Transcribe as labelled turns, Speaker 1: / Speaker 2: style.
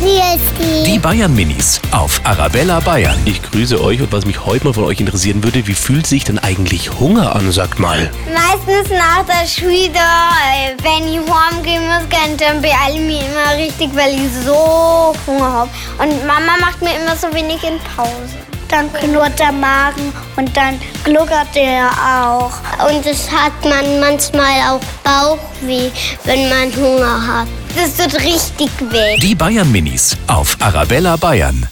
Speaker 1: Grüß
Speaker 2: Die Bayern Minis auf Arabella Bayern.
Speaker 3: Ich grüße euch und was mich heute mal von euch interessieren würde, wie fühlt sich denn eigentlich Hunger an, sagt mal.
Speaker 1: Meistens nach der Schule, äh, wenn ich heimgehen muss, kann dann beeile ich mich immer richtig, weil ich so Hunger habe. Und Mama macht mir immer so wenig in Pause. Dann knurrt der Magen und dann gluckert der auch. Und es hat man manchmal auch Bauchweh, wenn man Hunger hat. Das tut richtig weh.
Speaker 2: Die Bayern Minis auf Arabella Bayern.